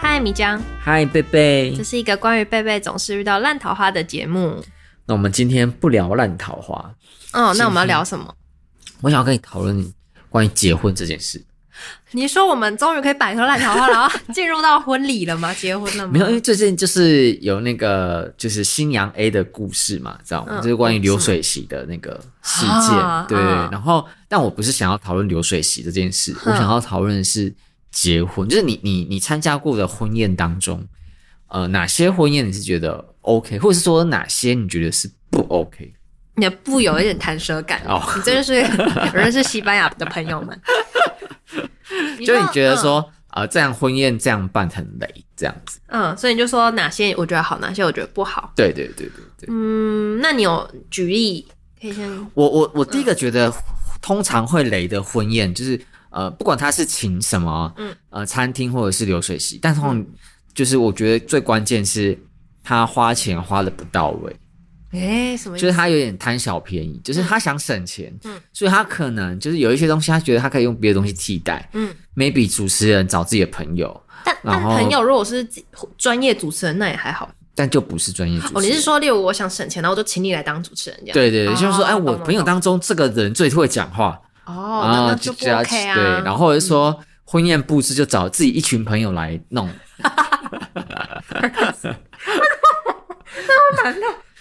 嗨，米江，嗨，贝贝这，是一个关于贝贝总是遇到烂桃花的节目。那我们今天不聊烂桃花，哦，那我们要聊什么？我想要跟你讨论关于结婚这件事。你说我们终于可以摆脱烂桃花，然 后进入到婚礼了吗？结婚了吗？没有，因为最近就是有那个就是新娘 A 的故事嘛，知道吗？嗯就是关于流水席的那个事件，啊对对对啊然后，但我不是想要讨论流水席这件事，我想要讨论的是结婚，就是你你你参加过的婚宴当中，呃，哪些婚宴你是觉得 OK，或者是说哪些你觉得是不 OK？你的布有一点弹舌感哦你这就是 有认识西班牙的朋 友们。就你觉得说说，呃，这样婚宴这样办很累，这样子？嗯，所以你就说哪些我觉得好，哪些我觉得不好。对对对对对。嗯，那你有举例可以先我我我嗯第一个觉得通常会雷的婚宴，就是呃，不管他是请什么，嗯呃，餐厅或者是流水席，但通常就是我觉得最关键是他花钱花的不到位，哎、什么意思？就是他有点贪小便宜，就是他想省钱，嗯所以他可能就是有一些东西他觉得他可以用别的东西替代嗯， ，maybe 主持人找自己的朋友，但但然后朋友如果是自专业主持人，那也还好。但就不是专业主持人。哦，你是说，例如我想省钱，然后我就请你来当主持人这样？，对对对，哦就是说，哎，懂我懂朋友懂当中这个人最会讲话，哦，那那就不加 OK 啊。对，然后就说、婚宴布置就找自己一群朋友来弄， 那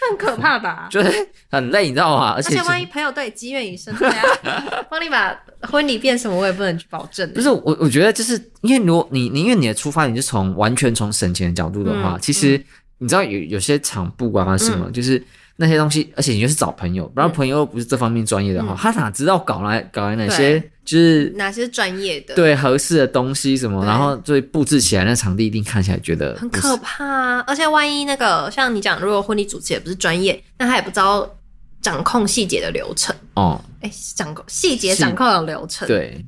很可怕吧？ 就是很累，你知道吗？而而且且是万一朋友对你积怨已深，对啊， 帮你把婚礼变什么，我也不能去保证。不是我，我觉得就是因为如果你你因为你的出发点是从完全从省钱的角度的话，嗯其实你知道有有些场布啊什么，就是那些东西，而且你又是找朋友，然后朋友又不是这方面专业的话，嗯他哪知道搞来搞来哪对些就是哪些是专业的？，对合适的东西什么，对然后所以布置起来那场地一定看起来觉得很不是可怕啊！而且万一那个像你讲，如果婚礼主持也不是专业，那他也不知道掌控细节的流程。哦，哎，掌控细节是掌控的流程。对，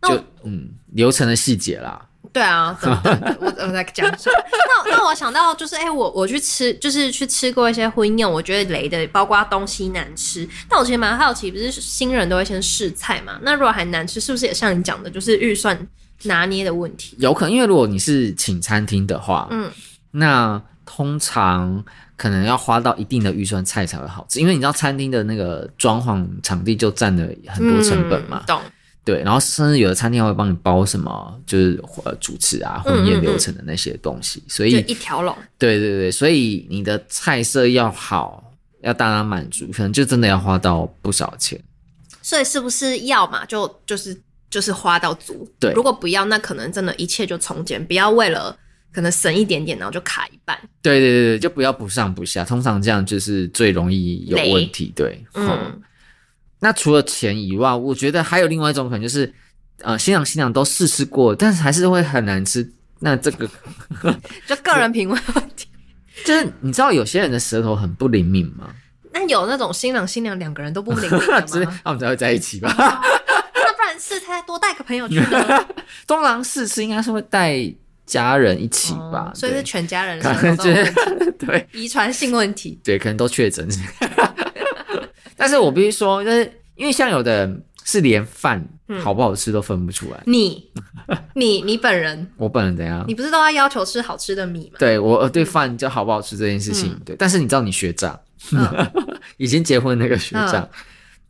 那就我嗯流程的细节啦。对啊，等等的，我我在讲什么？ 那那我想到就是，哎、我我去吃，就是去吃过一些婚宴，我觉得雷的，包括东西难吃。但我其实蛮好奇，不是新人都会先试菜嘛？那如果还难吃，是不是也像你讲的，就是预算拿捏的问题？有可能，因为如果你是请餐厅的话，嗯，那通常可能要花到一定的预算菜才会好吃，因为你知道餐厅的那个装潢场地就占了很多成本嘛，嗯懂？对，然后甚至有的餐厅还会帮你包什么，就是呃主持啊、婚嗯嗯宴嗯流程的那些东西，所就以一条龙。对对对，所以你的菜色要好，要大家满足，可能就真的要花到不少钱。所以是不是要嘛就就是就是花到足？对如果不要，那可能真的一切就从简，不要为了可能省一点点，然后就卡一半。对对对对，就不要不上不下，通常这样就是最容易有累问题。对，嗯，那除了钱以外，我觉得还有另外一种可能就是，呃，新郎新娘都试吃过，但是还是会很难吃。那这个就个人品味问题。就是你知道有些人的舌头很不灵敏吗？那有那种新郎新娘两个人都不灵敏 所以的吗？他们才会在一起吧？ 那不然是他多带个朋友去呢？通常试吃应该是会带家人一起吧，哦所以是全家人可能生觉这种得 对遗传性问题。对，可能都确诊。 但是我必须说，就是因为像有的人是连饭嗯好不好吃都分不出来。你你你本 人，我本人怎样你？不是都要要求吃好吃的米吗？对我呃对饭就好不好吃这件事情，嗯对，但是你知道你学长， 已经结婚那个学嗯长，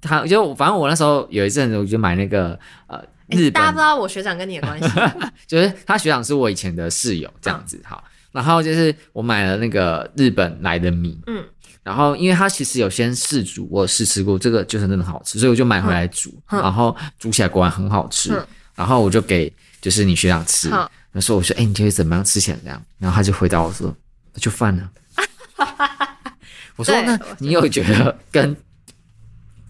他就反正我那时候有一阵子我就买那个呃诶日哎大家本不知道我学长跟你的关系，就是他学长是我以前的室友这样子，嗯好，然后就是我买了那个日本来的米，嗯，然后因为他其实有先试煮，我有试吃过，这个就是真的好吃，所以我就买回来煮，嗯然后煮起来果然很好吃，嗯然后我就给 就是你学长吃，嗯然后说我说哎、你觉得怎么样吃起来怎么样？然后他就回答我说就啊饭了、我 说对那我你有觉得跟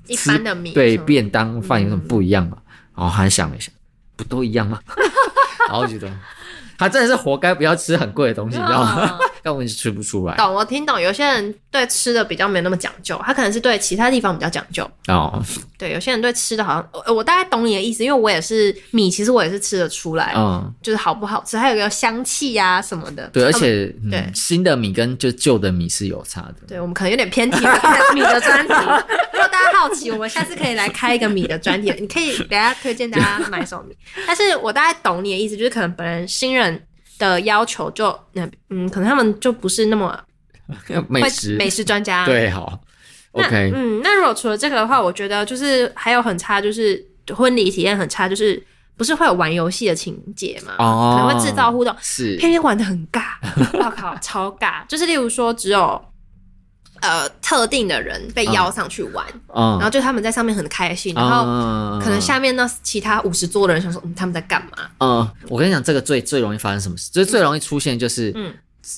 一吃般的米对是吗便当饭有什么不一样嘛？嗯然后还想了一下，不都一样吗？ 然后觉得他真的是活该不要吃很贵的东西，你知道啊 吗？要不然就吃不出来懂，我听懂。有些人对吃的比较没有那么讲究，他可能是对其他地方比较讲究。哦对，有些人对吃的好像，呃我我大概懂你的意思，因为我也是米，其实我也是吃得出来，嗯，就是好不好吃，还有个香气呀、什么的。对，而他们且、嗯对新的米跟就旧的米是有差的。对我们可能有点偏题了，米的专题。如果大家好奇，我们下次可以来开一个米的专题。你可以等一下推荐大家买什么米。但是我大概懂你的意思，就是可能本人新人的要求就嗯嗯，可能他们就不是那么美会食美食专家。对好那，OK，嗯，那如果除了这个的话，我觉得就是还有很差，就是婚礼体验很差，就是不是会有玩游戏的情节嘛？嗯哦可能会制造互动，是偏偏玩的很 尬，我靠，超尬！就是例如说，只有呃特定的人被邀上去玩，嗯，然后就他们在上面很开心，然后嗯可能下面那其他五十桌的人想说，嗯，他们在干嘛？嗯，我跟你讲，这个最最容易发生什么事？就是最容易出现就是嗯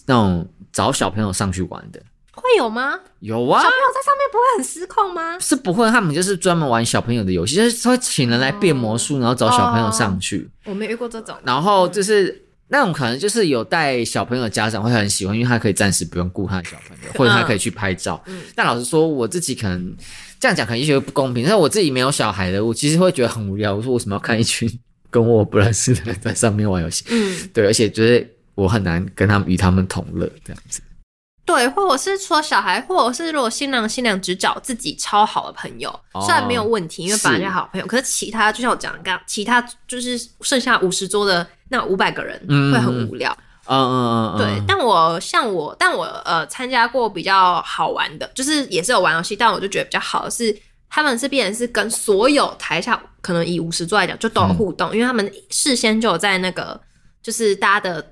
那种找小朋友上去玩的，会有吗？有啊小，朋友在上面不会很失控吗？是不会，他们就是专门玩小朋友的游戏，就是会请人来变魔哦术，然后找小朋友上去，我没有遇过这种，然后就是。那种可能就是有带小朋友的家长会很喜欢，因为他可以暂时不用顾他的小朋友，嗯或者他可以去拍照。但老实说，我自己可能这样讲可能也许不公平，但是我自己没有小孩的，我其实会觉得很无聊。我说为什么要看一群跟我不认识的人在上面玩游戏？嗯，对，而且就是我很难跟他们与他们同乐这样子。对，或者是说小孩，或者是如果新郎新娘只找自己超好的朋友，哦虽然没有问题，因为本来是就好朋友，可是其他就像我讲的刚，其他就是剩下五十桌的那五百个人嗯会很无聊。嗯嗯嗯嗯，对，但我像我，但我呃参加过比较好玩的，就是也是有玩游戏，但我就觉得比较好的是，他们是变成是跟所有台下可能以五十桌来讲，就都有互动，嗯因为他们事先就有在那个就是大家的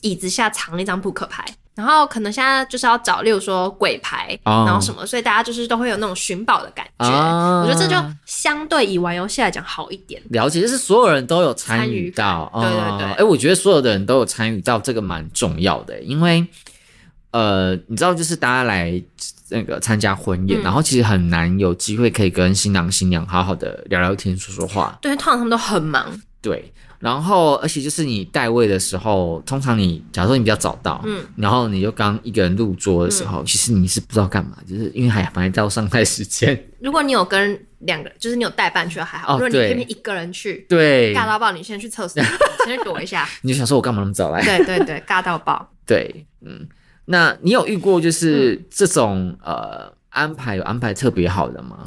椅子下藏了一张扑克牌。然后可能现在就是要找，例如说鬼牌哦然后什么，所以大家就是都会有那种寻宝的感觉。啊我觉得这就相对以玩游戏来讲好一点。了解，就是所有人都有参与到，参与感嗯对对对哎，我觉得所有的人都有参与到，这个蛮重要的，因为呃，你知道，就是大家来那个参加婚宴，嗯然后其实很难有机会可以跟新郎新娘好好的聊聊天、说说话，对，通常他们都很忙，对。然后，而且就是你带位的时候，通常你假如说你比较早到，嗯然后你就刚一个人入桌的时候，其实你是不知道干嘛，就是因为还还没到上台 时间，如果你有跟两个，就是你有代办去还好；哦如果你对偏偏一个人去，对，尬到爆，你先去厕所，先去躲一下。 你就想说我干嘛那么早来？对对对，尬到爆。对，嗯，那你有遇过就是嗯这种、呃安排有安排特别好的吗？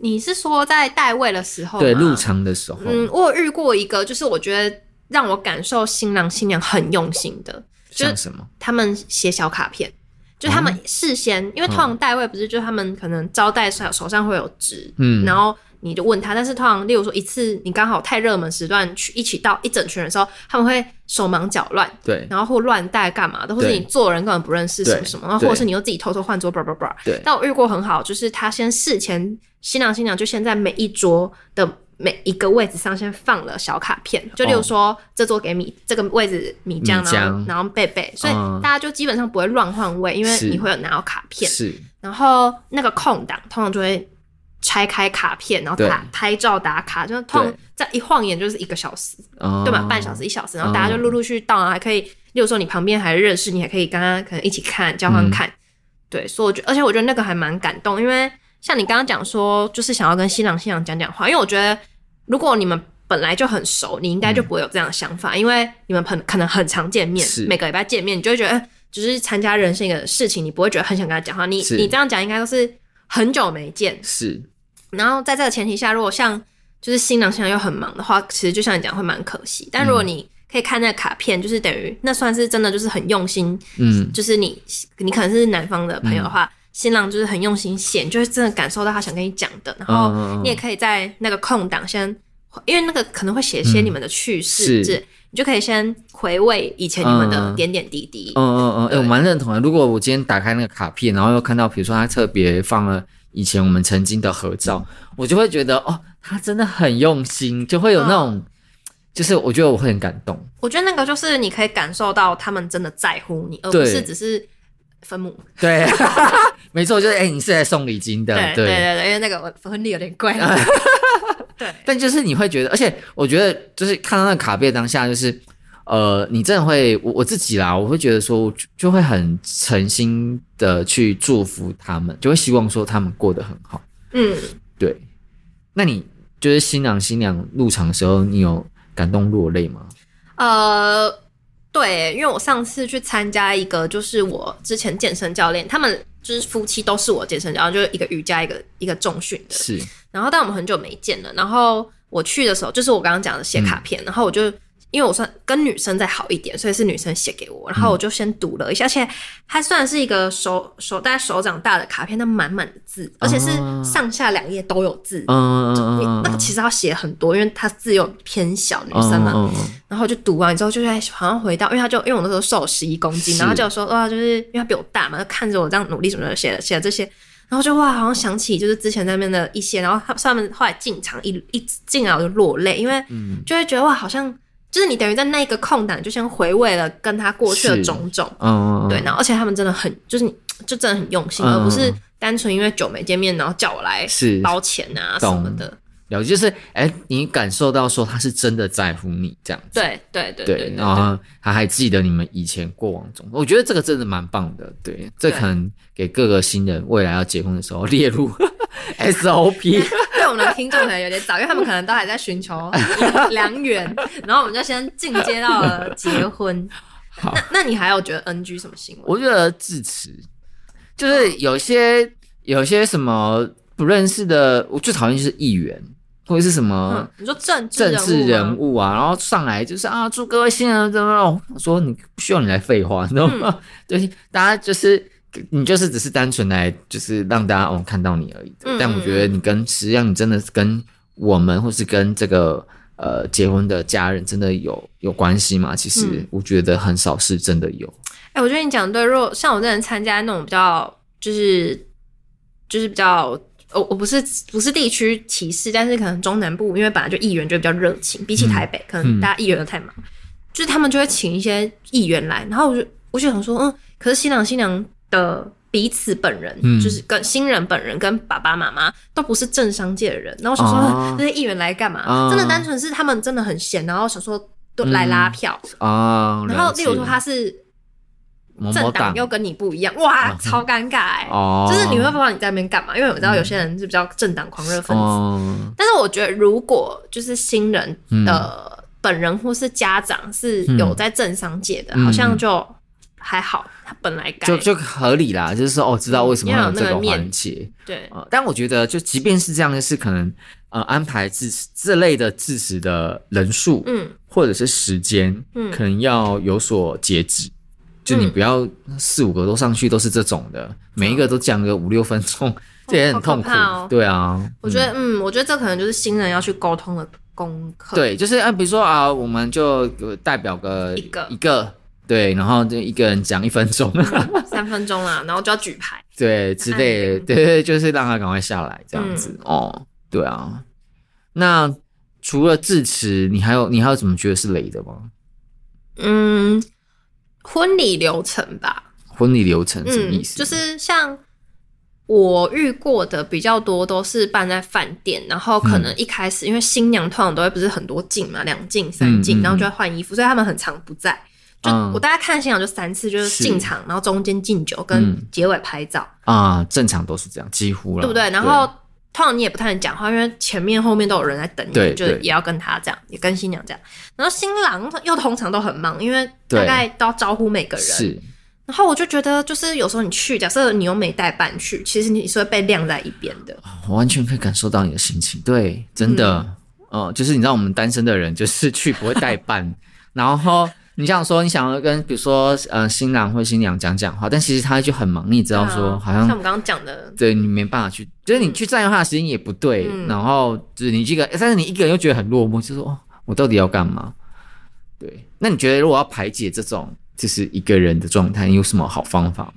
你是说在代位的时候？对，入。场的时候，啊嗯，我有遇过一个，就是我觉得让我感受新郎新娘很用心的，就是像什么？他们写小卡片，就他们事先，因为通常代位不是，就他们可能招待手手上会有纸，嗯然后你就问他，但是通常例如说一次你刚好太热门时段去一起到一整群人的时候，他们会手忙脚乱，对然后或乱带干嘛的，或者对你做人根本不认识什么对什么，然后或者对是你又自己偷偷换桌，叭叭叭。对但我遇过很好，就是他先事前新郎新娘就先在每一桌的每一个位置上先放了小卡片，就例如说、这桌给米，这个位置米浆，哦米然后浆然后贝贝，所以嗯大家就基本上不会乱换位，因为是你会有拿到卡片，是然后那个空档通常就会。拆开卡片，然后打对拍照打卡，就是通对在一晃眼就是一个小时，哦嗯对吧？半小时、一小时，然后大家就陆陆续续到，然后还可以，例如说你旁边还认识，你还可以跟他可能一起看、交嗯换看。对，所以我觉得，而且我觉得那个还蛮感动，因为像你刚刚讲说，就是想要跟新郎新娘讲讲话，因为我觉得如果你们本来就很熟，你应嗯该就不会有这样的想法，因为你们很可能很常见面是，每个礼拜见面，你就会觉得，哎只是参加人生一个事情，你不会觉得很想跟他讲话。你是你这样讲应该都是很久没见，是然后在这个前提下，如果像就是新郎新娘又很忙的话，其实就像你讲会蛮可惜。但如果你可以看那个卡片，就是等于那算是真的就是很用心，嗯就是你你可能是男方的朋友的话，新郎就是很用心写，你就会真的感受到他想跟你讲的。然嗯嗯后嗯你也可以在那个空档先，因为那个可能会写一些你们的趣事，是是你就可以先回味以前你们的嗯点点滴滴。嗯嗯嗯，哎、对我蛮认同的。如果我今天打开那个卡片，然后又看到，比如说他特别放了以前我们曾经的合照，嗯我就会觉得哦，他真的很用心，就会有那嗯种，就是我觉得我会很感动。我觉得那个就是你可以感受到他们真的在乎你，而不对是只是分母。对， 没错，就是哎、你是来送礼金的，对对对对，因为那个我婚礼有点贵。 对，但就是你会觉得，而且我觉得就是看到那个卡片当下，就是呃，你真的会我我自己啦，我会觉得说，我就就会很诚心的去祝福他们，就会希望说他们过得很好。嗯，对，那你就是新郎新娘入场的时候，你有感动落泪吗？呃，对，因为我上次去参加一个，就是我之前健身教练，他们就是夫妻都是我健身教练，就是一个瑜伽，一个一个重训的。是，然后但我们很久没见了，然后我去的时候，就是我刚刚讲的写卡片，然后我就。因为我算跟女生再好一点，所以是女生写给我，然后我就先读了一下，而且它虽然是一个手手大概手掌大的卡片，但满满的字，而且是哦上下两页都有字，嗯嗯你嗯，那个其实要写很多，因为它字又偏小，女生嘛，嗯嗯嗯然后就读完之后，就在好像回到，因为他就因为我那时候瘦十一公斤，是然后他就说哇，就是因为他比我大嘛，就看着我这样努力什么的，写了写了这些，然后就哇，好像想起就是之前那边的一些，然后他他们后来进场一一进来我就落泪，因为嗯就会觉得哇，好像就是你等于在那个空档就先回味了跟他过去的是种种，嗯嗯，对，然后而且他们真的很就是你就真的很用心，嗯而不是单纯因为久没见面然后叫我来是包钱啊什懂么的，了解，就是哎、你感受到说他是真的在乎你这样子。对对对对然后他还记得你们以前过往中，我觉得这个真的蛮棒的。对，这对可能给各个新人未来要结婚的时候列入 SOP。对 我们的听众可能有点早，因为他们可能都还在寻求良缘，然后我们就先进阶到了结婚。好那那你还有觉得 NG 什么行为？我觉得致辞就是嗯有些有些什么不认识的，我最讨厌就是议员或者是什么嗯，你说政治政治人物物啊，然后上来就是啊，祝各位新人怎么样？我想说你不需要你来废话，你知道吗？嗯 就是大家就是你就是只是单纯来就是让大家哦看到你而已的。嗯但我觉得你跟实际上你真的是跟我们或是跟这个呃结婚的家人真的有有关系吗？其实嗯我觉得很少是真的有。吗。哎、我觉得你讲得对，如果像我之前参加那种比较就是就是比较。我我不是不是地区歧视，但是可能中南部因为本来就议员就比较热情，比起嗯台北，可能大家议员都太忙，就是他们就会请一些议员来，然后我就我就想说，嗯，可是新郎新娘的彼此本人，嗯就是跟新人本人跟爸爸妈妈都不是政商界的人，然后我想说、哦这些议员来干嘛？哦真的单纯是他们真的很闲，然后想说都来拉票，啊，然后嗯了解例如说他是某政某党党又跟你不一样，哇，嗯超尴尬哎、哦，就是你会不知道你在那边干嘛，因为我知道有些人是比较政党狂热分子，哦，但是我觉得，如果就是新人嗯的本人或是家长是有在政商界的，嗯好像就还好，他本来该就就合理啦，就是说哦，知道为什么会有嗯要有这那个个面环节。对，呃，但我觉得，就即便是这样，就是可能呃安排致辞这类的致辞的人数，嗯，或者是时间，嗯可能要有所节制。就你嗯哦不要四五个都上去都是这种的，每一个都讲个五六分钟， 这也好很痛可苦。怕哦对啊，我觉得，嗯，我觉得这可能就是新人要去沟通的功课。，对，就是啊，比如说啊，我们就呃代表个一个一个，对，然后就一个人讲一分钟， 三分钟啦，然后就要举牌。对之类的，嗯对对，就是让他赶快下来这样子、哦，对啊。那除了致辞，你还有你还有怎么觉得是雷的吗？嗯，婚礼流程吧，婚礼流程什么嗯，意思？就是像我遇过的比较多都是办在饭店，然后可嗯能一开始、因为新娘通常都会不是很多镜嘛，两镜三嗯镜，嗯然后就要换衣服，所以他们很常不在。就嗯我大概看新娘就三次，就是是进场，然后中间敬酒跟嗯结尾拍照，啊，正常都是这样，几乎了，对不对？然后。通常你也不太能讲话，因为前面后面都有人在等你，对就是对也要跟他这样，也跟新娘这样。然后新郎又通常都很忙，因为对大概都要招呼每个人，是然后我就觉得，就是有时候你去，假设你又没带伴去，其实你是会被晾在一边的。我完全可以感受到你的心情，对，真的，嗯、就是你知道我们单身的人就是去不会 代办，然后你想说你想要跟比如说呃新郎或新娘讲讲话，但其实他就很忙，你知道说、啊好像像我们刚刚讲的，对你没办法去，就是你去占用他的时间也不对，嗯然后就是你一个，但是你一个人又觉得很落寞，就说哦，我到底要干嘛？对，那你觉得如果要排解这种就是一个人的状态，你有什么好方法吗？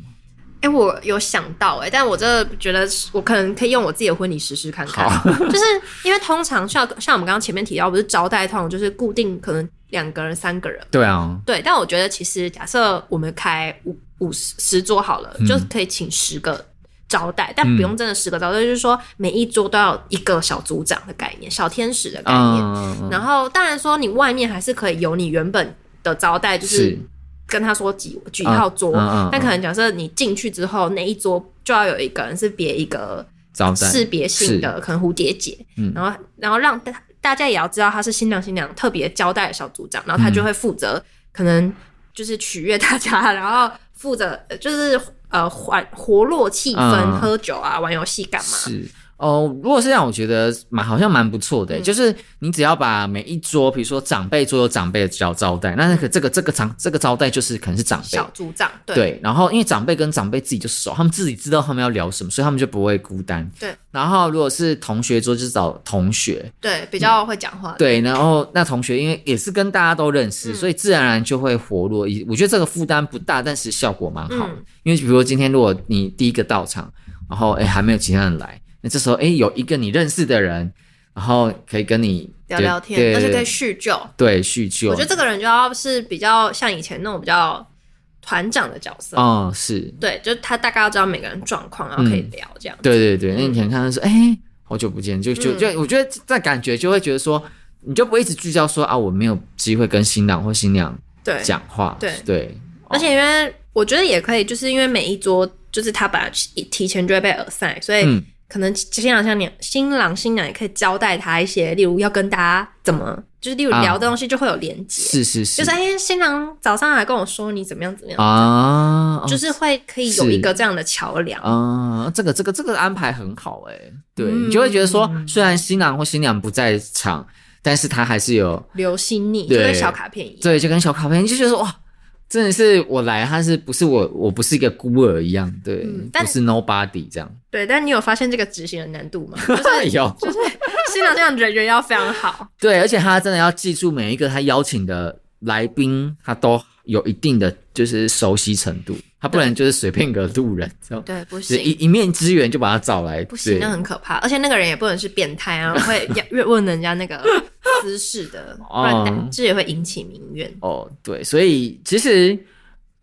哎、我有想到哎、但我真的觉得是我可能可以用我自己的婚礼实施看看，就是因为通常像像我们刚刚前面提到，不是招待通常就是固定可能两个人、三个人，对啊，对。但我觉得其实假设我们开五五十十桌好嗯了，就可以请十个招待，但不用真的十个招待，嗯就是说每一桌都要一个小组长的概念，小天使的概念。嗯，然后当然说你外面还是可以有你原本的招待，就是是跟他说几几号桌，嗯嗯嗯但可能假设你进去之后那一桌就要有一个人是别一个招待识别性的，可能蝴蝶结，嗯然后然后让大大家也要知道他是新娘新娘特别交代的小组长，然后他就会负嗯责可能就是取悦大家， 然后负责呃就是呃活活络气氛，嗯喝酒啊，玩游戏干嘛，是哦，如果是这样，我觉得蛮好像蛮不错嗯的、欸就是你只要把每一桌，比如说长辈桌有长辈的招招待，那那个这个这个长这个招待就是可能是长辈小。组长对对，然后因为长辈跟长辈自己就熟，他们自己知道他们要聊什么，所以他们就不会孤单。对，然后如果是同学桌，就是找同学。对比较会讲话的，对，然后那同学因为也是跟大家都认识，嗯所以自然而然就会活络。一我觉得这个负担不大，但是效果蛮好的。嗯因为比如说今天如果你第一个到场，然后哎还没有其他人来，那这时候哎有一个你认识的人，然后可以跟你聊聊天，对而且可以对叙旧。对叙旧。我觉得这个人就要是比较像以前那种比较团长的角色，哦是，对，就是他大概要知道每个人状况，然后可以聊这样。对对对，那你可能看到说，哎、好久不见，就就嗯就，我觉得这感觉就会觉得说，你就不会一直聚焦说啊，我没有机会跟新郎或新娘对，讲哦话，对对，而且因为我觉得也可以，就是因为每一桌就是他把提前就会被耳塞，所以嗯可能新郎新娘新郎新娘也可以交代他一些，例如要跟大家怎么，就是例如啊聊的东西就会有连接，是是是，就是哎，新郎早上来跟我说你怎么样怎么样，啊，就是是会可以有哦是一个这样的桥梁。啊，这个这个这个安排很好哎、对、嗯你就会觉得说，虽然新郎或新娘不在场，但是他还是有，流心腻，就跟对小卡片一样。对，就跟小卡片就觉得说哇。真的是我来，他是不是我？我不是一个孤儿一样，对，嗯但不是 nobody 这样。 对，但你有发现这个执行的难度吗？有，新郎这样人缘要非常好，对，而且他真的要记住每一个他邀请的来宾，他都有一定的就是熟悉程度，他不能就是随便个路人，这样对，不就是一行。一面之缘就把他找来，不行，对那很可怕，而且那个人也不能是变态啊， 会要越问人家那个私事的，不然哦这也会引起民怨。哦，对，所以其实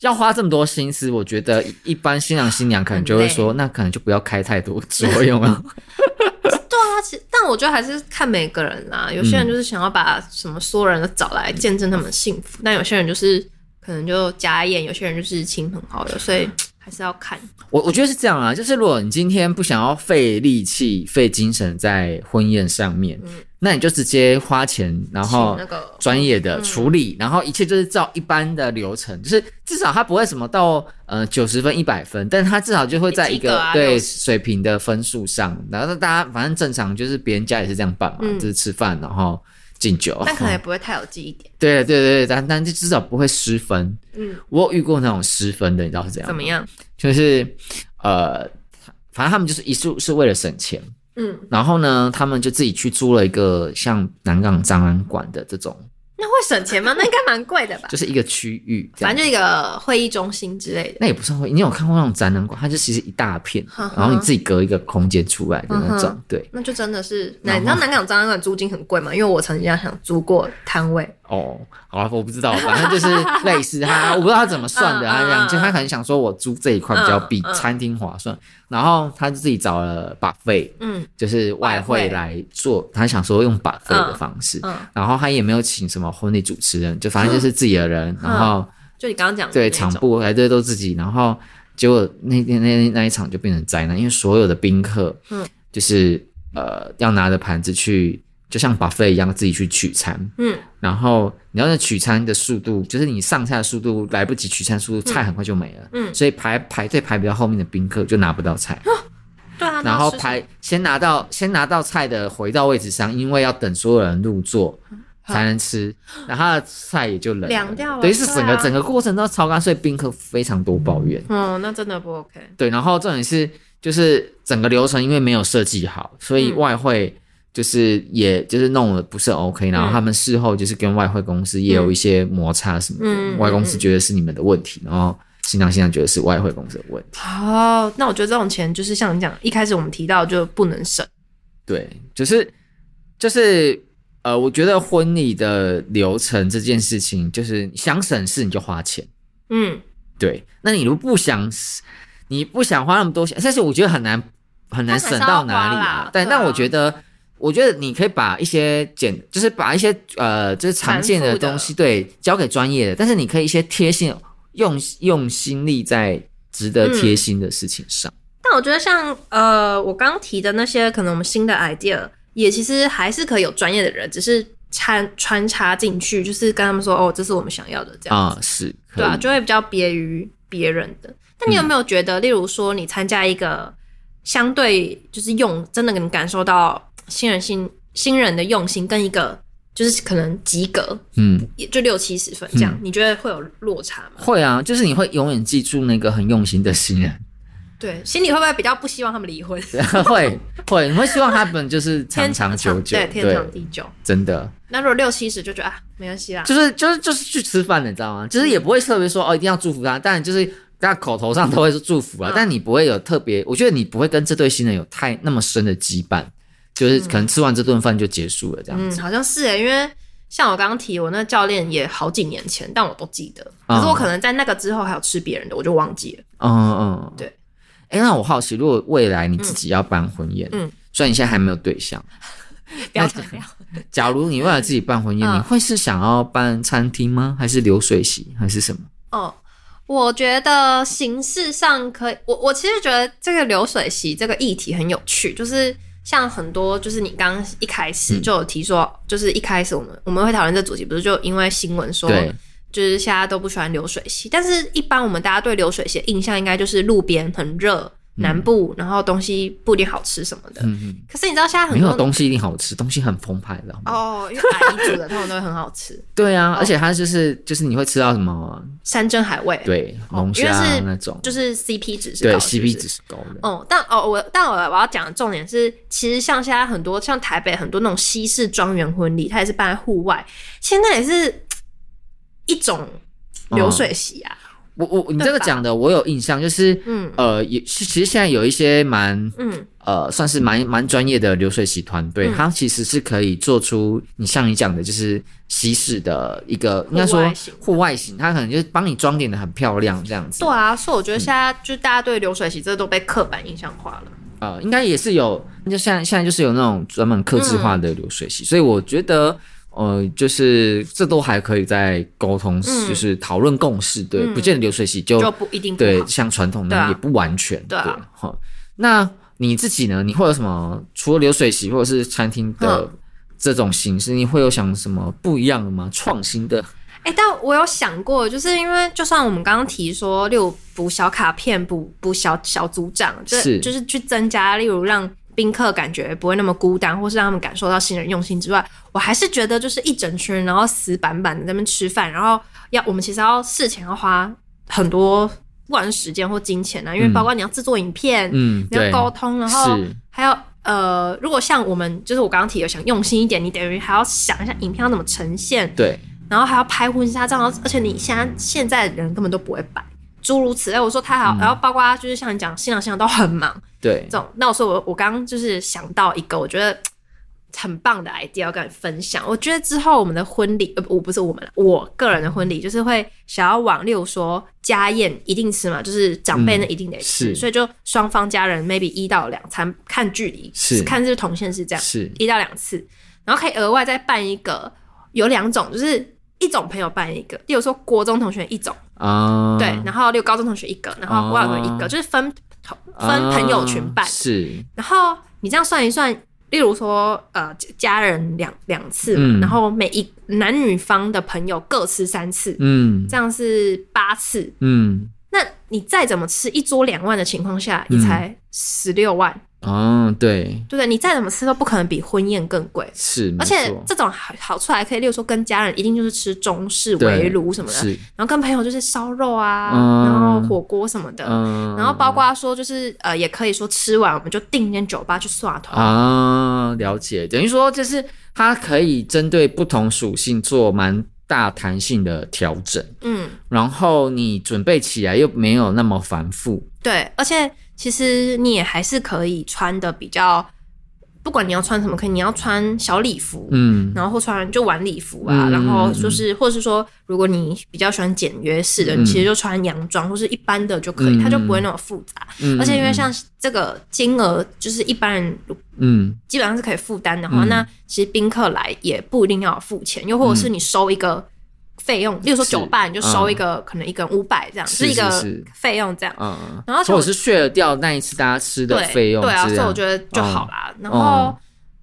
要花这么多心思，我觉得一般新郎新娘可能就会说，那可能就不要开太多桌，有没有？对啊，其实但我觉得还是看每个人啦，有些嗯人就是想要把什么所有人都找来见证他们的幸福，但有些人就是可能就家宴，有些人就是亲朋好友，所以还是要看。我我觉得是这样啊，就是如果你今天不想要费力气、费精神在婚宴上面，嗯那你就直接花钱，然后请那个嗯专业的处理，然后一切就是照一般的流程，就是至少他不会什么到呃九十分、一百分，但他至少就会在一及个格啊对60水平的分数上，然后大家反正正常就是别人家也是这样办嘛，嗯就是吃饭然后敬酒，但可能也不会太有记忆点。对对对，但但就至少不会失分。嗯，我有遇过那种失分的，你知道是怎样？怎么？样？就是呃，反正他们就是一是是为了省钱，嗯，然后呢，他们就自己去租了一个像南港展览馆的这种，那会省钱吗？那应该蛮贵的吧？就是一个区域这样，反正就一个会议中心之类的。那也不算会。你有看过那种展览馆，它就其实一大片，哼哼然后你自己隔一个空间出来的那种，嗯哼对，那就真的是，然那后你知道南港展览馆租金很贵吗？因为我曾经想租过摊位，哦，好了，我不知道，反正就是类似他，我不知道他怎么算的，嗯他这样，嗯就他可能想说我租这一块比较嗯比嗯餐厅划算，然后他就自己找了把费，嗯就是外外汇汇来做，他想说用把费的嗯方式，嗯，然后他也没有请什么婚礼主持人，就反 正就是自己的人，然后就你刚刚讲的对那种场部还对都自己，然后结果那天那那一场就变成灾难，因为所有的宾客，嗯，就是呃要拿着盘子去，就像 buffet 一样自己去取餐，嗯，然后你要是取餐的速度，就是你上菜的速度来不及取餐速度，菜很快就没了，嗯所以排排队排比较后面的宾客就拿不到菜，对啊，然后那是排先拿到先拿到菜的回到位置上，因为要等所有人入座才能吃，然后他的菜也就冷嗯凉掉了等于是整个、对啊整个过程都超干，所以宾客非常多抱怨。嗯，那真的不 OK，对，然后重点是就是整个流程因为没有设计好，所以嗯外汇就是也就是弄得不是很嗯 OK，、然后他们事后就是跟外汇公司也有一些摩擦什么的，嗯嗯外汇公司觉得是你们的问题，然后新郎新娘觉得是外汇公司的问题。哦，那我觉得这种钱就是像你讲，一开始我们提到就不能省，对，就是就是呃，我觉得婚礼的流程这件事情，就是想省事你就花钱，嗯，对，那你如果不想，你不想花那么多钱，但是我觉得很难很难省到哪那还是里要花啊啦。但对啊但我觉得，我觉得你可以把一些简，就是把一些呃，就是常见繁的复的东西，对，交给专业的，但是你可以一些贴心用用心力在值嗯得贴心的事情上。但我觉得像呃，我刚提的那些，可能我们新的 idea 也其实还是可以有专业的人，只是掺穿插进去，就是跟他们说哦，这是我们想要的这样啊、子，是，可对啊，以就会比较别于别人的。但你有没有觉得，例如说你参加一个相对就是用真的能感受到新人心新人的用心，跟一个就是可能及格嗯，也就六七十分这样，你觉得会有落差吗？会啊，就是你会永远记住那个很用心的新人， 对，心里会不会比较不希望他们离婚？ 会会，你会希望他们就是长长久久，对，天长地久。真的。那如果六七十就觉得啊，没关系啦，就是就是就是去吃饭了，你知道吗？就是也不会特别说哦，一定要祝福他，但就是大家口头上都会说祝福啊，嗯但你不会有特别，我觉得你不会跟这对新人有太那么深的羁绊，就是可能吃完这顿饭就结束了这样嗯，子。好像是诶、因为像我刚刚提，我那教练也好几年前，但我都记得。可是我可能在那个之后还有吃别人的，我就忘记了。嗯嗯，对。嗯哎、那我好奇，如果未来你自己要办婚宴，嗯嗯虽然你现在还没有对象，不要强调，假如你未来自己办婚宴，嗯你会是想要办餐厅吗？还是流水席？还是什么？哦，我觉得形式上可以，我我其实觉得这个流水席这个议题很有趣，就是像很多就是你刚一开始嗯就有提说，就是一开始我们我们会讨论这主题，不是就因为新闻说。对，就是现在都不喜欢流水席，但是一般我们大家对流水席的印象应该就是路边很热，南部、然后东西不一定好吃什么的。嗯嗯，可是你知道现在很没多有东西一定好吃，东西很澎湃的。好吗哦，因为阿姨煮的通常都会很好吃，对啊，而且它就是就是你会吃到什么山珍海味，，对，哎哦龙因为虾啊是那种，就是 CP 值是对高的是不 CP 是值是高的。哦，但哦，我但我我要讲的重点是，其实像现在很多像台北很多那种西式庄园婚礼，它也是办在户外，现在也是嘖一种流水席啊，我我你这对个吧讲的我有印象，就是嗯呃，也是其实现在有一些蛮嗯，呃，算是蛮蛮专业的流水席团队，嗯它其实是可以做出你像你讲的，就是西式的一个应该说户外型户外型，它可能就是帮你装点的很漂亮这样子。对啊，所以我觉得现在就是大家对流水席这都被刻板印象化了，呃，应该也是有，那就现在现在就是有那种专门克制化的流水嗯席，所以我觉得，呃，就是这都还可以在沟通，嗯就是讨论共识，对，嗯不见得流水席就就不一定不对好，像传统那对啊样也不完全，对啊哈、那你自己呢？你会有什么除了流水席或者是餐厅的嗯这种形式，你会有想什么不一样的吗？创新的？哎、但我有想过，就是因为就算我们刚刚提说，例如补小卡片、补补小小组长，这是就是去增加，例如让宾客感觉不会那么孤单，或是让他们感受到新人用心之外，我还是觉得就是一整群人，然后死板板的在那边吃饭，然后要我们其实要事前要花很多，不管是时间或金钱啊，因为嗯包括你要制作影片，嗯，你要对，沟通，然后是还有呃，如果像我们就是我刚刚提的，想用心一点，你等于还要想一下影片要怎么呈现，对，然后还要拍婚纱照，而且你现在现在的人根本都不会摆，诸如此类。我说他好，嗯然后包括就是像你讲，新郎新娘都很忙对这，种。那我说我我刚刚就是想到一个，我觉得嘖很棒的 idea 要跟你分享。我觉得之后我们的婚礼，呃，不我不是我们啦，我个人的婚礼就是会想要往，例如说家宴一定吃嘛，就是长辈那嗯一定得吃，是所以就双方家人 maybe 一到两餐，看距离，是看是不是同县是这样。是一到两次，然后可以额外再办一个，有两种，就是一种朋友办一个，例如说国中同学一种，啊、对，然后六高中同学一个，然后国外有一个，哦就是分分朋友群办啊，是然后你这样算一算，例如说呃家人两两次嘛，嗯然后每一男女方的朋友各吃三次，嗯这样是八次。嗯，那你再怎么吃一桌两万的情况下，你嗯才十六万，哦，对，对不对？你再怎么吃都不可能比婚宴更贵，是，没而且错这种好好处还可以，例如说跟家人一定就是吃中式对围炉什么的，是，然后跟朋友就是烧肉啊，嗯然后火锅什么的，嗯呃然后包括说就是呃，也可以说吃完我们就订一间酒吧去耍头。啊，了解，等于说就是它可以针对不同属性做蛮大弹性的调整，嗯，然后你准备起来又没有那么繁复，对，而且其实你也还是可以穿的比较不管你要穿什么，可能你要穿小礼服，嗯，然后或穿就晚礼服啊，嗯然后就是或者是说，如果你比较喜欢简约式的，嗯你其实就穿洋装或是一般的就可以，嗯它就不会那么复杂。嗯而且因为像这个金额，就是一般人嗯基本上是可以负担的话，嗯那其实宾客来也不一定要付钱，又或者是你收一个费用，例如说是酒吧你就收嗯一个可能一个人五百这样，是一个是是费用这样。嗯，然后所以我我是削了掉那一次大家吃的对费用，对啊，这所以样我觉得就好啦。然哦后，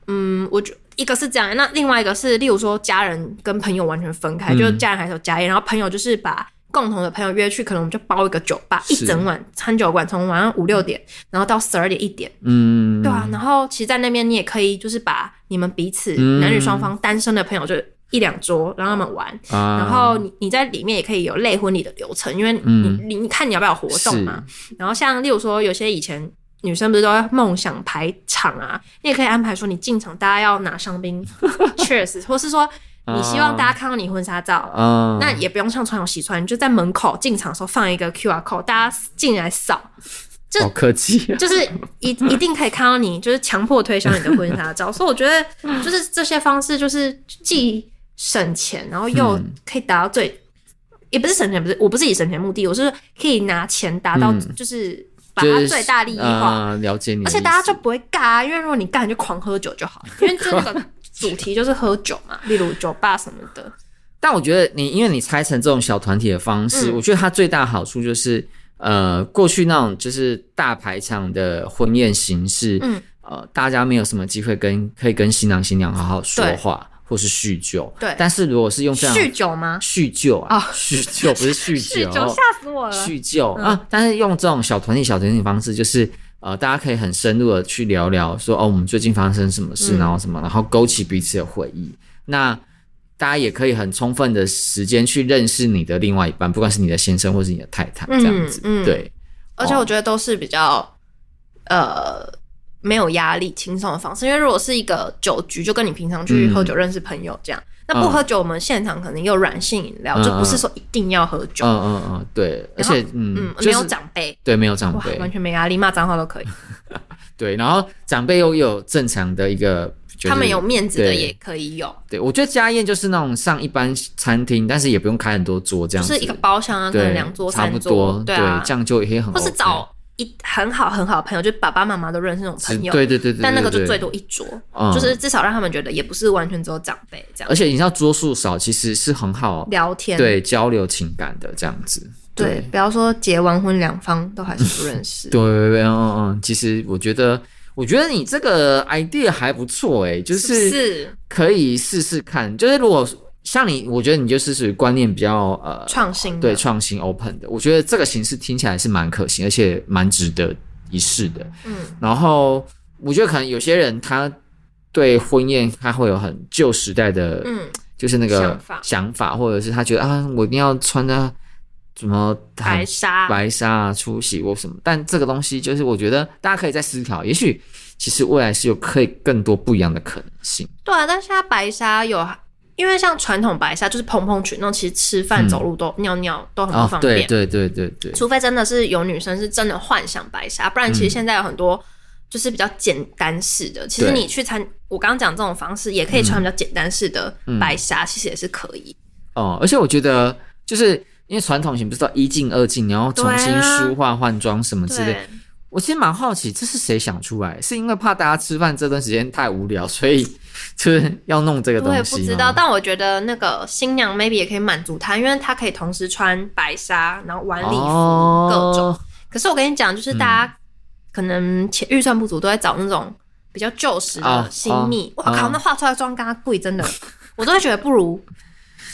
嗯，我觉一个是这样，那另外一个是，例如说家人跟朋友完全分开，嗯就是家人还是有家宴，然后朋友就是把。共同的朋友约去，可能我们就包一个酒吧，一是整晚餐酒馆，从晚上五六点，然后到十二点一点，嗯，对啊。然后其实，在那边你也可以，就是把你们彼此、嗯男女双方单身的朋友就一两桌，让他们玩，啊，然后你你在里面也可以有类婚礼的流程，因为你、嗯你你看你要不要有活动嘛。然后像例如说，有些以前女生不是都会梦想排场啊，你也可以安排说你进场大家要拿香槟 ，cheers，或是说你希望大家看到你婚纱照。啊，那也不用像传统习穿，你就在门口进场的时候放一个 QR code，大家进来扫，这好科技啊， 就是 一一定可以看到你，就是强迫推销你的婚纱照。所以我觉得，就是这些方式，就是既省钱，然后又嗯可以达到最，也不是省钱，不是我不是以省钱目的，我是可以拿钱达到嗯，就是把就它是最大利益化。啊，了解你的意而思，且大家就不会尬啊，因为如果你尬，你就狂喝酒就好， 因为这个主题就是喝酒嘛，例如酒吧什么的。但我觉得你，因为你拆成这种小团体的方式，嗯我觉得它最大好处就是，呃，过去那种就是大排场的婚宴形式，嗯，呃，大家没有什么机会跟可以跟新郎新娘好好说对话，或是叙旧。对但是如果是 用这样酗酒吗？叙旧啊哦，叙旧不是酗酗酒，酒吓死我了！嗯叙旧啊，但是用这种小团体、小团体方式，就是呃，大家可以很深入的去聊聊说，哦，我们最近发生什么事，嗯然后什么，然后勾起彼此的回忆。那大家也可以很充分的时间去认识你的另外一半，不管是你的先生或是你的太太，这样子，嗯嗯对，而且哦我觉得都是比较呃没有压力、轻松的方式。因为如果是一个酒局，就跟你平常嗯去喝酒认识朋友这样，那不喝酒，我们现场可能有软性饮料，嗯就不是说一定要喝酒。嗯嗯嗯，对，而然后且嗯嗯，，就没有是长辈，对没有长哇，辈，完全没压力，骂脏话都可以。对，然后长辈又有正常的一个，就是他们有面子的对也可以有，对，我觉得家宴就是那种上一般餐厅，但是也不用开很多桌这就样子，是一个包厢啊，可对，能两桌、差不三多桌，，对，啊，这样就也很、OK，或是找一很好很好的朋友，就爸爸妈妈都认识那种只朋友，对对对对对，但那个就对最多一桌，嗯就是至少让他们觉得也不是完全只有长辈这样而且你知道桌数少其实是很好聊天，对交流情感的这样子，对，不要说结完婚两方都还是不认识。对对对，嗯嗯嗯，其实我觉得。我觉得你这个 idea 还不错诶、就是不是可以试试看。就是如果像你，我觉得你就是属于观念比较呃创新的对创新 open 的，我觉得这个形式听起来是蛮可行，而且蛮值得一试的。嗯，然后我觉得可能有些人他对婚宴他会有很旧时代的，嗯，就是那个想法或者是他觉得啊，我一定要穿的什么白纱白纱啊出席或什么，但这个东西就是我觉得大家可以再思考，也许其实未来是有可以更多不一样的可能性。对啊，但是它白纱有，因为像传统白纱就是蓬蓬裙那种，其实吃饭、嗯走路都、尿尿都很哦不，方便。对对对对对，除非真的是有女生是真的幻想白纱，不然其实嗯现在有很多就是比较简单式的。其实对嗯你去参，我刚刚讲这种方式也可以穿比较简单式的白纱，其实也是可以。哦，而且我觉得就是因为传统型不是到一进二进，然后重新对啊梳化换装什么之类。对，我其实蛮好奇，这是谁想出来？是因为怕大家吃饭这段时间太无聊，所以 就是要弄这个东我西也吗？不知道，但我觉得那个新娘 maybe 也可以满足她，因为她可以同时穿白纱，然后晚礼服、哦各种。可是我跟你讲，就是大家可能钱预算不足，都在找那种比较旧时啊的新密。啊哇靠，啊那画出来的妆跟她贵，真的，我都会觉得不如，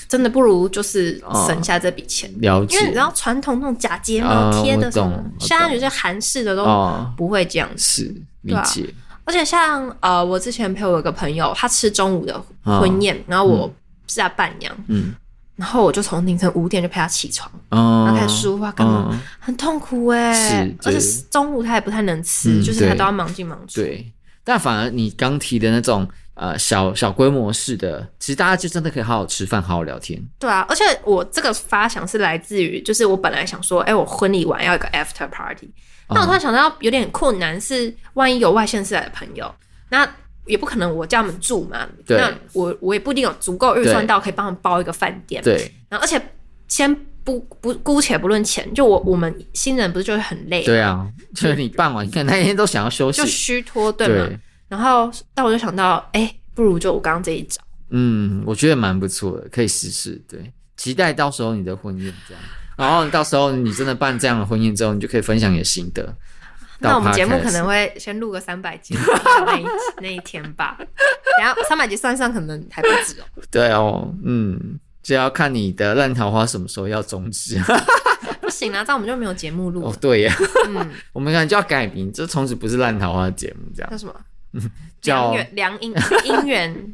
真的不如就是哦省下这笔钱，了解，因为你知道传统那种假睫毛啊贴的什我么懂，我现在懂有些韩式的都哦，不会这样子。是理对啊解，而且像呃，我之前陪我有个朋友，他吃中午的婚宴，然后我是他伴娘，啊嗯，然后我就从凌晨五点就陪他起床，哦，然后开始梳化干嘛，嗯很痛苦哎、是而对且中午他也不太能吃，嗯就是他对都要忙进忙出。对，但反而你刚提的那种呃小小规模式的，其实大家就真的可以好好吃饭，好好聊天。对啊，而且我这个发想是来自于，就是我本来想说，哎、我婚礼完要有个 after 啊 party，但我突然想到有点困难是，万一有外县市来的朋友，那也不可能我叫他们住嘛，对那我我也不一定有足够预算对到可以帮他们包一个饭店。对然后而且先不不姑且不论钱，就我我们新人不是就会很累，对，啊，就是你办完，你看那一天都想要休就息，虚脱对吗？对，然后但我就想到，哎、不如就我刚刚这一招。嗯，我觉得蛮不错的，可以试试。对，期待到时候你的婚宴这样，然后到时候你真的办这样的婚宴之后，你就可以分享你的心得。 那我们节目到 podcast 可能会先录个三百集那一那一天吧，等一下三百集算上可能还不止哦。对哦，嗯，这要看你的烂桃花什么时候要终止。 不行啊，这样我们就没有节目录哦了。，对呀， 嗯，我们可能就要改名，这从此不是烂桃花节目这样叫，什么？叫良缘、良姻、姻缘、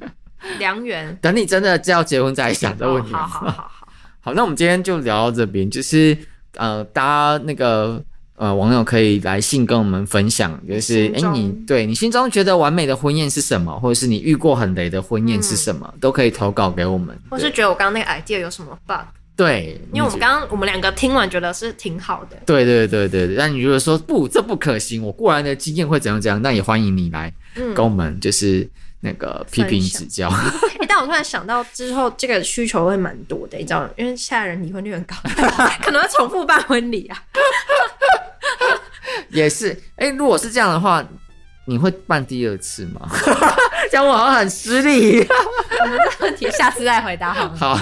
良缘。等你真的要结婚再想 这问题。哦好好好好好，好，那我们今天就聊到这边，就是呃，大家那个呃网友可以来信跟我们分享，就是心诶，中你对你心中觉得完美的婚宴是什么，或者是你遇过很雷的婚宴是什么，都可以投稿给我们。嗯我是觉得我刚刚那个 idea 有什么 bug，对，因为我你们觉刚刚我们两个听完觉得是挺好的。对对对对，对那你如果说不，这不可行，我过来的经验会怎样怎样，那也欢迎你来嗯跟我们就是那个批评分享指教。哎、但我突然想到，之后这个需求会蛮多的，你知道吗？因为现在人离婚率很高，可能会重复办婚礼啊。 也是，哎、如果是这样的话，你会办第二次吗？ 这样我好像很失礼。 问题下次再回答好 吗？好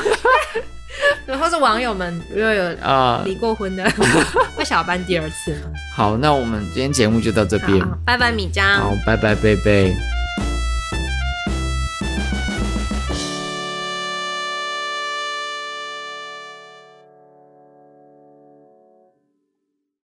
然后是网友们如果有啊、离过婚的， 会想要办第二次吗？好，那我们今天节目就到这边，好，拜拜米江。好，拜拜，贝贝。